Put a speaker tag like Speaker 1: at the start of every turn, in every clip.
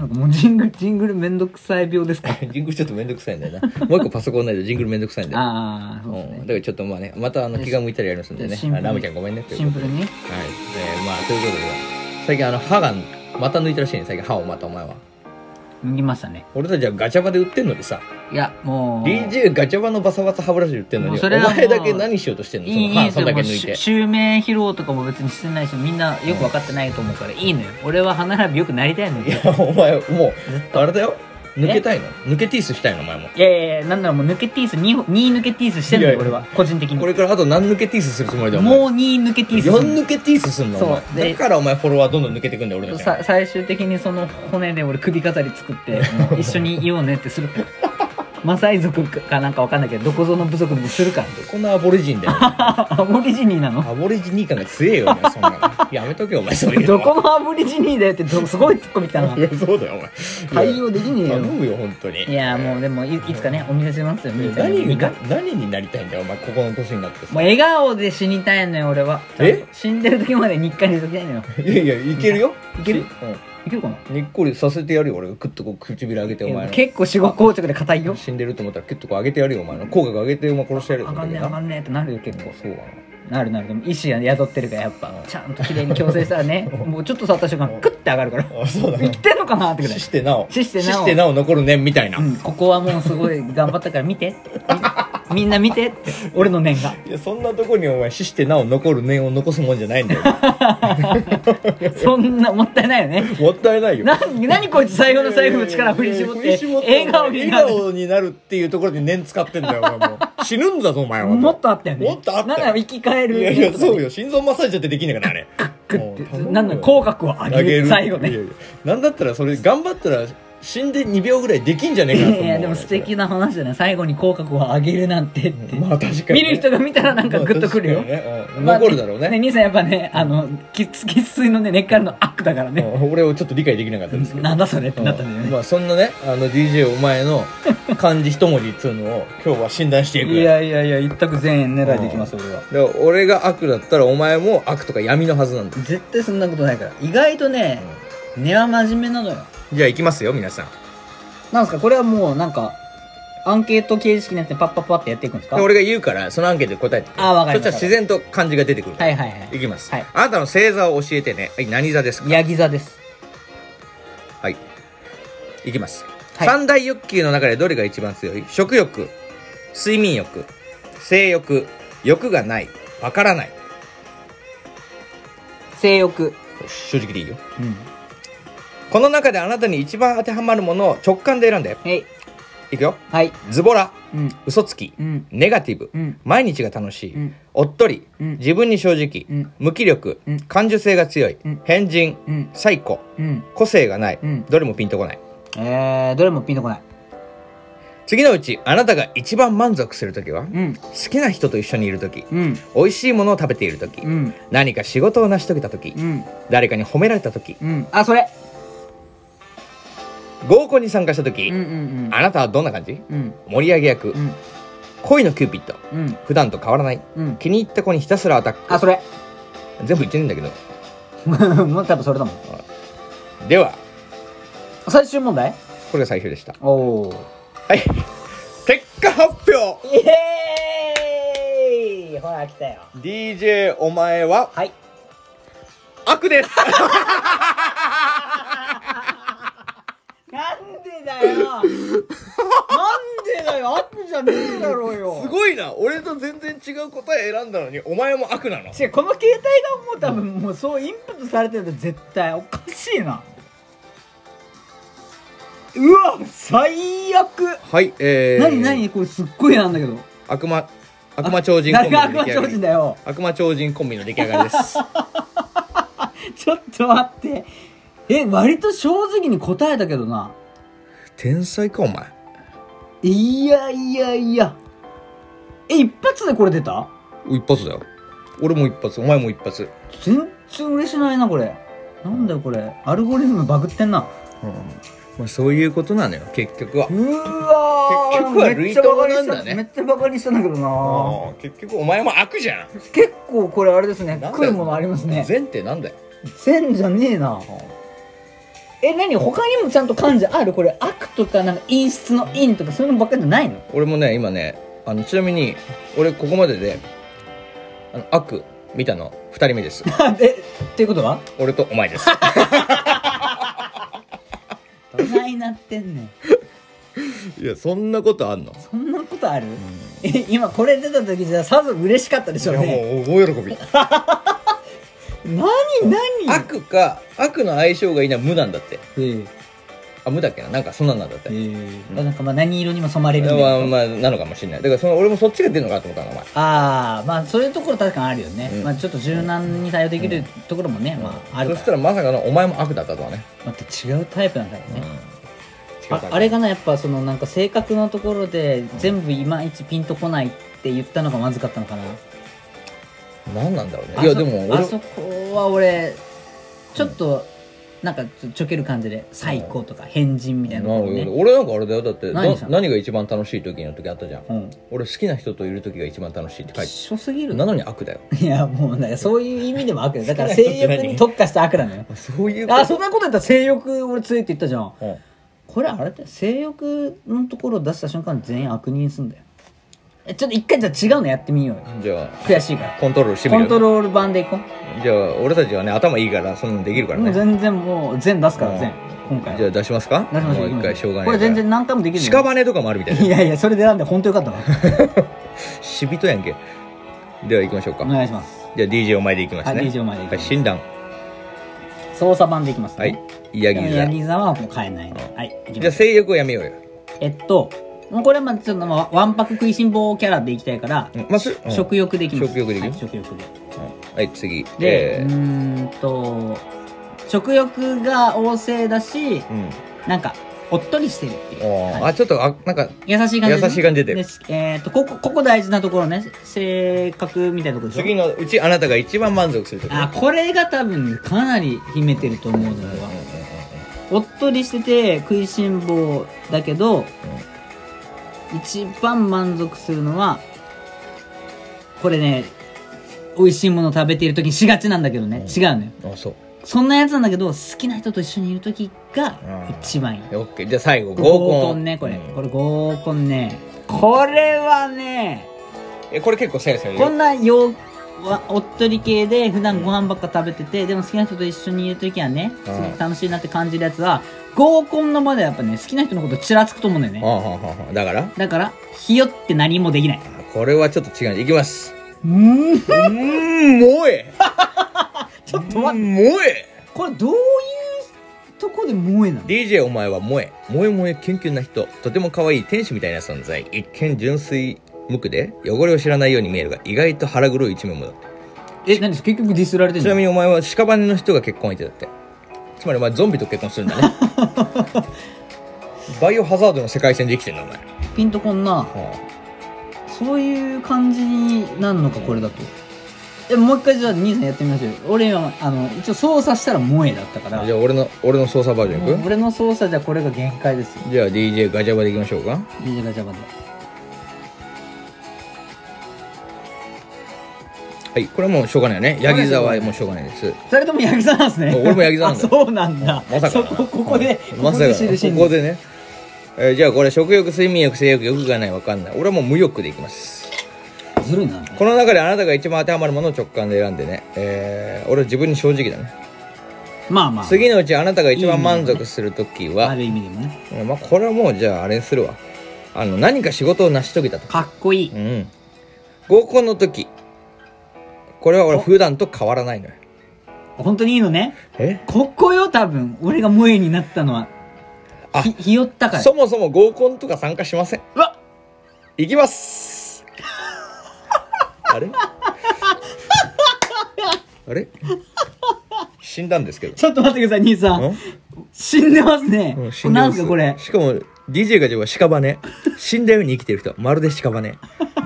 Speaker 1: もうジングル、ジングルめんどくさい病ですか
Speaker 2: ジングルちょっとめんどくさいんだよな。もう一個パソコンないとジングルめんどくさいんだよ。
Speaker 1: ああ、そうです
Speaker 2: うん、だ
Speaker 1: ね。
Speaker 2: からちょっとまあね、またあの気が向いたらやりますんでね
Speaker 1: じゃあシンプ。ルに
Speaker 2: ラムちゃんごめんねっていう
Speaker 1: シンプルに。
Speaker 2: はい。えー、まあということで、最近あの歯が、また抜いたらしいね、最近歯をまたお前は。
Speaker 1: 脱ぎましたね。
Speaker 2: 俺たちはガチャバで売ってんのにさ、
Speaker 1: いや、もう。
Speaker 2: DJ ガチャバのバサバサ歯ブラシで売ってんの
Speaker 1: も
Speaker 2: に、
Speaker 1: う
Speaker 2: お
Speaker 1: それはもう
Speaker 2: 前だけ何しようとしてんのそ
Speaker 1: い
Speaker 2: の
Speaker 1: い、いい
Speaker 2: 歯
Speaker 1: です
Speaker 2: そん
Speaker 1: よ。
Speaker 2: だ
Speaker 1: も
Speaker 2: け
Speaker 1: う
Speaker 2: 抜い。
Speaker 1: して襲名披露とかも別にしてないし、みんなよく分かってないと思うから、いいのよ。俺は歯並びよくなりたいのよ。
Speaker 2: い
Speaker 1: い
Speaker 2: や、 お前もう、あれだよ。抜けたいの抜けティースしたいのお前も。
Speaker 1: やいやいや、なんならもう抜けティース2、2抜けティースしてんのよ、
Speaker 2: いやい
Speaker 1: 俺
Speaker 2: や
Speaker 1: は。個人的に。
Speaker 2: こ
Speaker 1: もう
Speaker 2: れからあと何抜けティースするつもりだよ。お前
Speaker 1: 2抜けティースする
Speaker 2: 四抜けティースすんのお
Speaker 1: そう
Speaker 2: 前
Speaker 1: で
Speaker 2: だからお前フォロワーどんどん抜けてくんだよ俺たち
Speaker 1: さ
Speaker 2: が
Speaker 1: 最終的にその骨で俺首飾り作っ てもう一緒にいようねってするから マサイ族かなんかわかんないけどどこぞの部族にするから
Speaker 2: こんなアボリジン だよ
Speaker 1: アボリジニーなの
Speaker 2: アボリジニー感が強えよお前 そんなのやめとけよお前そういうの
Speaker 1: どこのアボリジニーだよってどすごいツッコミ来たない
Speaker 2: やそうだよお前
Speaker 1: 対応できねえよ
Speaker 2: 頼むよ本当に
Speaker 1: いやもうでもいいつかねお見せしますよみんなに
Speaker 2: 何
Speaker 1: 二
Speaker 2: が
Speaker 1: 回
Speaker 2: 何になりたいんだよお前ここの年になって
Speaker 1: もう
Speaker 2: さ
Speaker 1: 笑顔で死にたいのよ俺は
Speaker 2: え
Speaker 1: 死んでる時まで日課にしときたいのよ
Speaker 2: いやいやいけるよ
Speaker 1: いける
Speaker 2: し
Speaker 1: いけるかな
Speaker 2: うんにっこりさせてやるよ俺がクッとこう唇上げてお前の
Speaker 1: 結構死後硬直で硬いよ
Speaker 2: 死んでると思ったらクッとこう上げてやるよお前の口角上げてお前殺してやるよ
Speaker 1: あかんねあかんねってなるよ結構
Speaker 2: そうだな
Speaker 1: なるなるでも意志が宿ってるからやっぱちゃんと綺麗に矯正したらねもうちょっと触った瞬間クッて上がるから
Speaker 2: あそうだ
Speaker 1: 言
Speaker 2: な
Speaker 1: ってんのかなってぐらい
Speaker 2: 死してなお
Speaker 1: 死してなお
Speaker 2: 残る念みたいな、
Speaker 1: うん、ここはもうすごい頑張ったから見てみみんな見てって俺の念が
Speaker 2: いやそんなとこにお前死してなお残る念を残すもんじゃないんだ よ
Speaker 1: そんなもったいないよね
Speaker 2: もったいないよ
Speaker 1: な何こいつ最後の最後の力振り絞って笑顔にな
Speaker 2: 笑
Speaker 1: る
Speaker 2: 顔になるっていうところで念使ってんだよお前もう死ぬんだぞお前は
Speaker 1: もっとあったよね
Speaker 2: もっとあったよ
Speaker 1: なんなら生き返る
Speaker 2: いやいやそうよ心臓マッサージだってできねえからあれ
Speaker 1: ク
Speaker 2: もう
Speaker 1: ッて
Speaker 2: 頼むよ
Speaker 1: なんなら口角を上げる最後
Speaker 2: いや
Speaker 1: ね
Speaker 2: いやなんだったらそれ頑張ったら死んで2秒ぐらいできんじゃね
Speaker 1: い
Speaker 2: えかな
Speaker 1: や
Speaker 2: と思う
Speaker 1: いやでも素敵な話だね最後に口角を上げるなんてって
Speaker 2: まあ確かにね、
Speaker 1: 見る人が見たらなんかグッとくるよ
Speaker 2: まあ確かにねうん残るだろう
Speaker 1: まあ
Speaker 2: ね,、
Speaker 1: 兄さんやっぱね、あの、きつきついのね、根っからの悪だからね。
Speaker 2: うん俺をちょっと理解できなかったんですけど
Speaker 1: なんだそれってなったんだよ
Speaker 2: うん
Speaker 1: ね。
Speaker 2: まあそんなねあの DJ お前の漢字一文字っつうのを今日は診断していくよ
Speaker 1: いやいやいや、一択全員狙いでいきます、俺は。
Speaker 2: だから俺が悪だったらお前も悪とか闇のはずなんだ、
Speaker 1: 絶対そんなことないから。意外とね、根は真面目なのよ。
Speaker 2: じゃあ行きますよ皆さん
Speaker 1: なんすか、これはもうなんか、アンケート形式のやつでパッパッパってやっていくんですか
Speaker 2: で俺が言うからそのアンケートで答えて
Speaker 1: あわかりました
Speaker 2: そしたら自然と漢字が出てくる、、
Speaker 1: はいいはいはい。
Speaker 2: 行きます、
Speaker 1: はい
Speaker 2: あなたの星座を教えてねはい何座ですか
Speaker 1: ヤギ座です。
Speaker 2: はい行きます、
Speaker 1: はい
Speaker 2: 三大欲求の中でどれが一番強い食欲睡眠欲性欲欲がないわからない
Speaker 1: 性欲。
Speaker 2: 正直でいいよ
Speaker 1: うん。
Speaker 2: この中であなたに一番当てはまるものを直感で選んで
Speaker 1: はい。
Speaker 2: いくよ
Speaker 1: はい。
Speaker 2: ズボラ
Speaker 1: うん。
Speaker 2: 嘘つき
Speaker 1: うん。
Speaker 2: ネガティブ
Speaker 1: うん。
Speaker 2: 毎日が楽しい、
Speaker 1: うん
Speaker 2: おっとり、
Speaker 1: うん
Speaker 2: 自分に正直、
Speaker 1: うん
Speaker 2: 無気力、
Speaker 1: うん
Speaker 2: 感受性が強い、
Speaker 1: うん
Speaker 2: 変人、
Speaker 1: うん。
Speaker 2: サイコ
Speaker 1: うん。
Speaker 2: 個性がない、
Speaker 1: うん
Speaker 2: どれもピンとこない
Speaker 1: えー、どれもピンとこない。
Speaker 2: 次のうちあなたが一番満足する時は、
Speaker 1: うん。
Speaker 2: 好きな人と一緒にいる時
Speaker 1: うん。
Speaker 2: 美味しいものを食べている時、
Speaker 1: うん。
Speaker 2: 何か仕事を成し遂げた時、
Speaker 1: うん。
Speaker 2: 誰かに褒められた時
Speaker 1: うん。あ、それ。
Speaker 2: 合コンに参加した時、
Speaker 1: うんうん
Speaker 2: あなたはどんな感じ
Speaker 1: うん。うん。
Speaker 2: 盛り上げ役、
Speaker 1: うん。
Speaker 2: 恋のキューピッド
Speaker 1: うん。
Speaker 2: 普段と変わらない
Speaker 1: うん。
Speaker 2: 気に入った子にひたすらアタック
Speaker 1: あ、それ。
Speaker 2: 全部言ってねえんだけど
Speaker 1: もう多分それだもん。
Speaker 2: では
Speaker 1: 最終問題
Speaker 2: これが最終でした
Speaker 1: おお。
Speaker 2: はい結果発表
Speaker 1: イエーイほら、来たよ。
Speaker 2: DJ お前は
Speaker 1: はい。
Speaker 2: 悪です
Speaker 1: なんでだよなんでだよ悪じゃねえだろうよ
Speaker 2: すごいな俺と全然違う答え選んだのにお前も悪なの
Speaker 1: 違う、この携帯がもう多分もうそうインプットされてると絶対おかしいな。うわ最悪
Speaker 2: はいえー、
Speaker 1: なになにこれすっごいなんだけど。
Speaker 2: 悪魔悪魔超人コン
Speaker 1: 誰
Speaker 2: ビ
Speaker 1: が
Speaker 2: の
Speaker 1: 悪魔
Speaker 2: 出来上
Speaker 1: 超
Speaker 2: が
Speaker 1: 人
Speaker 2: り
Speaker 1: だよ。
Speaker 2: 悪魔超人コンビの出来上がりです
Speaker 1: ちょっと待って。え、割と正直に答えたけどな。
Speaker 2: 天才かお前
Speaker 1: いやいやいや。え、一発でこれ出た
Speaker 2: 一発だよ俺も一発お前も一発、
Speaker 1: 全然嬉しないな、これ。なんだよ、これ。アルゴリズムバグってんな。
Speaker 2: うんまあ、そういうことなのよ結局は
Speaker 1: うーわー
Speaker 2: 結局は類友なんだね
Speaker 1: めっちゃバカにしためっちゃバカにしたんだけどな
Speaker 2: うん結局お前も悪じゃん
Speaker 1: 結構これあれですね
Speaker 2: なんだよ
Speaker 1: 来るものありますね
Speaker 2: 善ってなんだよ
Speaker 1: 全じゃねえなえ、何他にもちゃんと漢字あるこれ、悪とか、なんか陰湿の陰とか、そういうのばっかりじゃないの
Speaker 2: 俺もね今ねあのちなみに俺ここまでであの悪見たの2人目で す
Speaker 1: え、っていうことは
Speaker 2: 俺とお前です
Speaker 1: どないなってんねん。
Speaker 2: いやそんなことあんの
Speaker 1: そんなことある、え、今これ出た時じゃさぞ嬉しかったでしょうね。
Speaker 2: う大喜び
Speaker 1: 何何
Speaker 2: 悪か悪の相性がいいのは無なんだって
Speaker 1: えー、
Speaker 2: あ無だっけななんかそんなんなんだって、
Speaker 1: えーあなんかまあ何色にも染まれるみたいな
Speaker 2: まあまあなのかもしれないだからその俺もそっちが出るのかなと思ったのお前
Speaker 1: ああまあそういうところ確かにあるよね、
Speaker 2: うん
Speaker 1: まあちょっと柔軟に対応できるところもね、まあある
Speaker 2: そした
Speaker 1: から
Speaker 2: らまさかのお前も悪だったとはね、
Speaker 1: また違うタイプなんだろうね、
Speaker 2: うん
Speaker 1: ああれがなやっぱそのなんか性格のところで全部いまいちピンとこないって言ったのがまずかったのかな、
Speaker 2: 何なんだろうね
Speaker 1: あ
Speaker 2: いや
Speaker 1: そ
Speaker 2: でも
Speaker 1: あ
Speaker 2: 俺
Speaker 1: そこは俺ちょっと、なんかちょちょける感じで「最高」とか「変人」みたいな
Speaker 2: な
Speaker 1: の
Speaker 2: る
Speaker 1: も
Speaker 2: ほ
Speaker 1: ね、
Speaker 2: ど俺なんかあれだよだって
Speaker 1: 何
Speaker 2: 何
Speaker 1: したの
Speaker 2: 何が一番楽しい時の時あったじゃん
Speaker 1: うん
Speaker 2: 俺好きな人といる時が一番楽しいって書い
Speaker 1: 一
Speaker 2: て
Speaker 1: 緒すぎ
Speaker 2: る
Speaker 1: る
Speaker 2: なのに悪だよ
Speaker 1: いやもうなんかそういう意味でも悪だよだから
Speaker 2: 好きな人
Speaker 1: 性
Speaker 2: って何
Speaker 1: 欲に特化した悪なのよ
Speaker 2: そういう
Speaker 1: あそんなこと言ったら性欲俺強いって言ったじゃん
Speaker 2: うん
Speaker 1: これあれだよ性欲のところを出した瞬間全員悪人すんだよえちょっと一回じゃあ違うのやってみようよ
Speaker 2: じゃあ
Speaker 1: 悔しいから
Speaker 2: コントロールしてみ
Speaker 1: コン
Speaker 2: る
Speaker 1: ト
Speaker 2: よ
Speaker 1: ロール版でいこう
Speaker 2: じゃあ俺たちはね頭いいからそんなのできるから
Speaker 1: もう
Speaker 2: ね
Speaker 1: 全然もう全出すから
Speaker 2: うん
Speaker 1: 全今回
Speaker 2: じゃあ出しますか
Speaker 1: 出しましょ
Speaker 2: もう
Speaker 1: う
Speaker 2: 一回しょうがない
Speaker 1: これ全然何回もできるよ
Speaker 2: 屍とかもあるみたいない
Speaker 1: やいやそれで選んで本当よかった わ
Speaker 2: 死人やんけでは行きましょうか
Speaker 1: お願いします
Speaker 2: じゃあ DJ お前でいきますね
Speaker 1: はい DJ お前でいきます
Speaker 2: はい診断
Speaker 1: 操作版でいきます
Speaker 2: はい
Speaker 1: ね
Speaker 2: ヤギ座
Speaker 1: ヤギ座はもう変えないねはいいき
Speaker 2: じゃ
Speaker 1: ま
Speaker 2: あ
Speaker 1: す
Speaker 2: 性欲をやめようよ
Speaker 1: えっともうこれはまあちょっとまあわんぱく食いしん坊キャラでいきたいから
Speaker 2: うんまあすうん
Speaker 1: 食欲でいきます
Speaker 2: 食欲でいく
Speaker 1: はい食欲で
Speaker 2: はい次
Speaker 1: で、
Speaker 2: え
Speaker 1: う
Speaker 2: ー
Speaker 1: ーんと食欲が旺盛だし
Speaker 2: うん
Speaker 1: なんかおっとりしてるっていう
Speaker 2: おー
Speaker 1: はい
Speaker 2: あちょっとあなんか
Speaker 1: 優しい感じで
Speaker 2: 優しい感じで
Speaker 1: でえー、とここここ大事なところね性格みたいなところでしょ
Speaker 2: 次のうちあなたが一番満足するとこ
Speaker 1: あこれが多分かなり秘めてると思うのよおっとりしてて食いしん坊だけど、一番満足するのはこれね美味しいもの食べている時にしがちなんだけどね、
Speaker 2: うん
Speaker 1: 違うのよ
Speaker 2: あそう
Speaker 1: そんなやつなんだけど好きな人と一緒にいる時が一番いい、
Speaker 2: オッケーじゃあ最後合
Speaker 1: 合
Speaker 2: コン
Speaker 1: コンねこれ、
Speaker 2: うん
Speaker 1: これ合コンねこれはね
Speaker 2: えこれ結構さやさや
Speaker 1: こんなよわおっとり系で普段ご飯ばっか食べててでも好きな人と一緒にいる時はねす
Speaker 2: うん
Speaker 1: ごく楽しいなって感じるやつは合コンの場ではやっぱね好きな人のことちらつくと思うんだよ
Speaker 2: ああ
Speaker 1: ね
Speaker 2: はあはあだから
Speaker 1: だからひよって何もできない
Speaker 2: あこれはちょっと違うんでいきます
Speaker 1: うん
Speaker 2: うーん萌え
Speaker 1: ちょっと待って
Speaker 2: 萌え
Speaker 1: これどういうとこで萌えなの
Speaker 2: DJ お前は萌え萌え萌えキュンキュンな人とても可愛い天使みたいな存在一見純粋無垢で汚れを知らないように見えるが意外と腹黒い一面もだって
Speaker 1: え何結局ディスられてん
Speaker 2: ち
Speaker 1: の
Speaker 2: なみにお前は屍の人が結婚相手だってつまりお前ゾンビと結婚するんだ ねバイオハザードの世界線で生きてんだお前、
Speaker 1: ピンとこんな
Speaker 2: は
Speaker 1: そういう感じになるのかこれだとえもう一回じゃあ兄さんやってみましょうよ俺今あの一応操作したら萌えだったから
Speaker 2: あじゃあ俺の俺の操作バージョンいく、
Speaker 1: もう俺の操作じゃこれが限界ですよ
Speaker 2: じゃあ DJ ガチャバでいきましょうか
Speaker 1: ビジガチャバで
Speaker 2: はいこれはもうしょうがないよねヤギ座はもうしょうがないです
Speaker 1: それともヤギ座なんですね
Speaker 2: 俺もヤギ座なんだ
Speaker 1: あそうなんだ
Speaker 2: まさか
Speaker 1: そ
Speaker 2: な
Speaker 1: こここで、
Speaker 2: うん
Speaker 1: ここ
Speaker 2: まさか
Speaker 1: で
Speaker 2: な
Speaker 1: 知るシーン
Speaker 2: ここでね、えーじゃあこれ食欲睡眠欲性欲欲がないわかんない俺はもう無欲でいきます
Speaker 1: ずるいな
Speaker 2: この中であなたが一番当てはまるものを直感で選んでね、えー、俺は自分に正直だね
Speaker 1: まあまあ
Speaker 2: 次のうちあなたが一番満足する時は
Speaker 1: ある意味でもね
Speaker 2: うんまあこれはもうじゃああれにするわあの何か仕事を成し遂げたと
Speaker 1: かっこいい
Speaker 2: うん合コンの時これは俺普段と変わらないのよ
Speaker 1: 本当にいいのね
Speaker 2: え
Speaker 1: ここよ多分俺が萌えになったのは
Speaker 2: あ
Speaker 1: ひひよったから
Speaker 2: そもそも合コンとか参加しません
Speaker 1: うわ
Speaker 2: 行きますあれあれ死んだんですけど
Speaker 1: ちょっと待ってください兄さん
Speaker 2: ん
Speaker 1: 死んでますね
Speaker 2: うん
Speaker 1: これなんですかこれ
Speaker 2: しかも DJ が自分は屍死んだように生きてる人まるで屍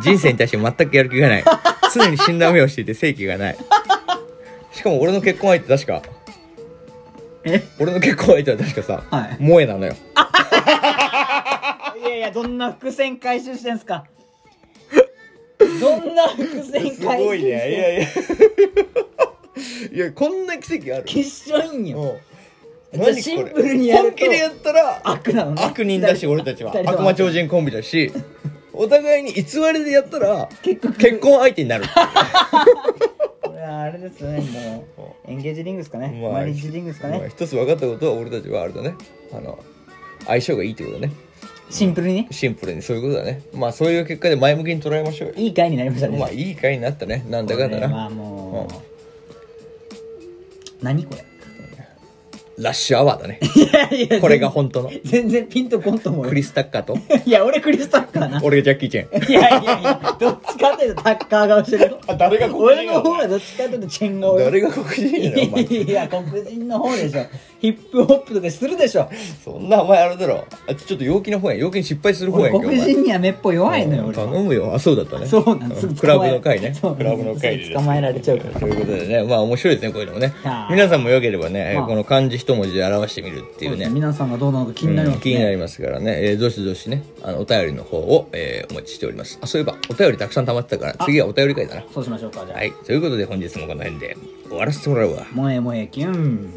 Speaker 2: 人生に対して全くやる気がない常に死んだ目をしていて正気がないしかも俺の結婚相手確か
Speaker 1: え
Speaker 2: 俺の結婚相手は確かさ、
Speaker 1: はい
Speaker 2: 萌えなのよ
Speaker 1: いやいやどんな伏線回収してんすかどんな伏線回収してんすか
Speaker 2: いやいやこんな奇跡ある
Speaker 1: 決勝いんよ
Speaker 2: うん
Speaker 1: じゃあシンプルにやる
Speaker 2: 本
Speaker 1: と
Speaker 2: 気でやったら
Speaker 1: 悪なのね
Speaker 2: 悪人だし俺たちは
Speaker 1: 二人と
Speaker 2: 悪
Speaker 1: も
Speaker 2: 魔超人コンビだしお互いに偽りでやったら
Speaker 1: 結局
Speaker 2: 結婚相手になる
Speaker 1: これはあれですねもうエンゲージリングですかね、
Speaker 2: まあ
Speaker 1: マリッジリングですかね、
Speaker 2: まあ一つ分かったことは俺たちはあれだねあの相性がいいってことだね
Speaker 1: シンプルにね
Speaker 2: シンプルにそういうことだねまあそういう結果で前向きに捉えましょうよ
Speaker 1: いい回になりましたね
Speaker 2: まあいい回になったねなんだかんだ
Speaker 1: これは
Speaker 2: な
Speaker 1: もう何これ
Speaker 2: ラッシュアワーだね
Speaker 1: いやいや
Speaker 2: これが本当の
Speaker 1: 全然ピンとこんと思うよ
Speaker 2: クリス・タッカーと
Speaker 1: いや俺クリスタッカーな
Speaker 2: 俺がジャッキー・チェ ン
Speaker 1: いやいやいやどっちかっていうとタッカー顔してるよ
Speaker 2: あ誰が黒人
Speaker 1: 俺
Speaker 2: なの
Speaker 1: の方がどっちかっていうとチェン顔よ
Speaker 2: 誰が黒人だよお前
Speaker 1: いや黒人の方でしょヒップホップとかするでしょ
Speaker 2: そんなお前あれだろあちょっと陽気の方や陽気に失敗する方や
Speaker 1: 俺
Speaker 2: んけお
Speaker 1: 黒
Speaker 2: 前
Speaker 1: 人には目っぽい弱いのよ俺は
Speaker 2: 頼むよあそうだったね
Speaker 1: そうなんすぐ
Speaker 2: んクラ
Speaker 1: 捕ま
Speaker 2: ブ
Speaker 1: え
Speaker 2: の会ね
Speaker 1: そう
Speaker 2: クラブの会です
Speaker 1: ぐ捕まえられちゃうから
Speaker 2: ということでねまあ面白いですねこういうのもね
Speaker 1: はい
Speaker 2: 皆さんもよければね、えー
Speaker 1: まあ
Speaker 2: この漢字一文字で表してみるっていうね
Speaker 1: 皆さんがどうなのか気になります
Speaker 2: うん気にな
Speaker 1: ね
Speaker 2: りますからね、えーどしどしねあのお便りの方を、えーお待ちしておりますあそういえばお便りたくさん溜まってたから次はお便り会だな
Speaker 1: そうしましょうかじゃあ
Speaker 2: はいということで本日もこの辺で終わらせてもらうわ
Speaker 1: 萌え萌えキュン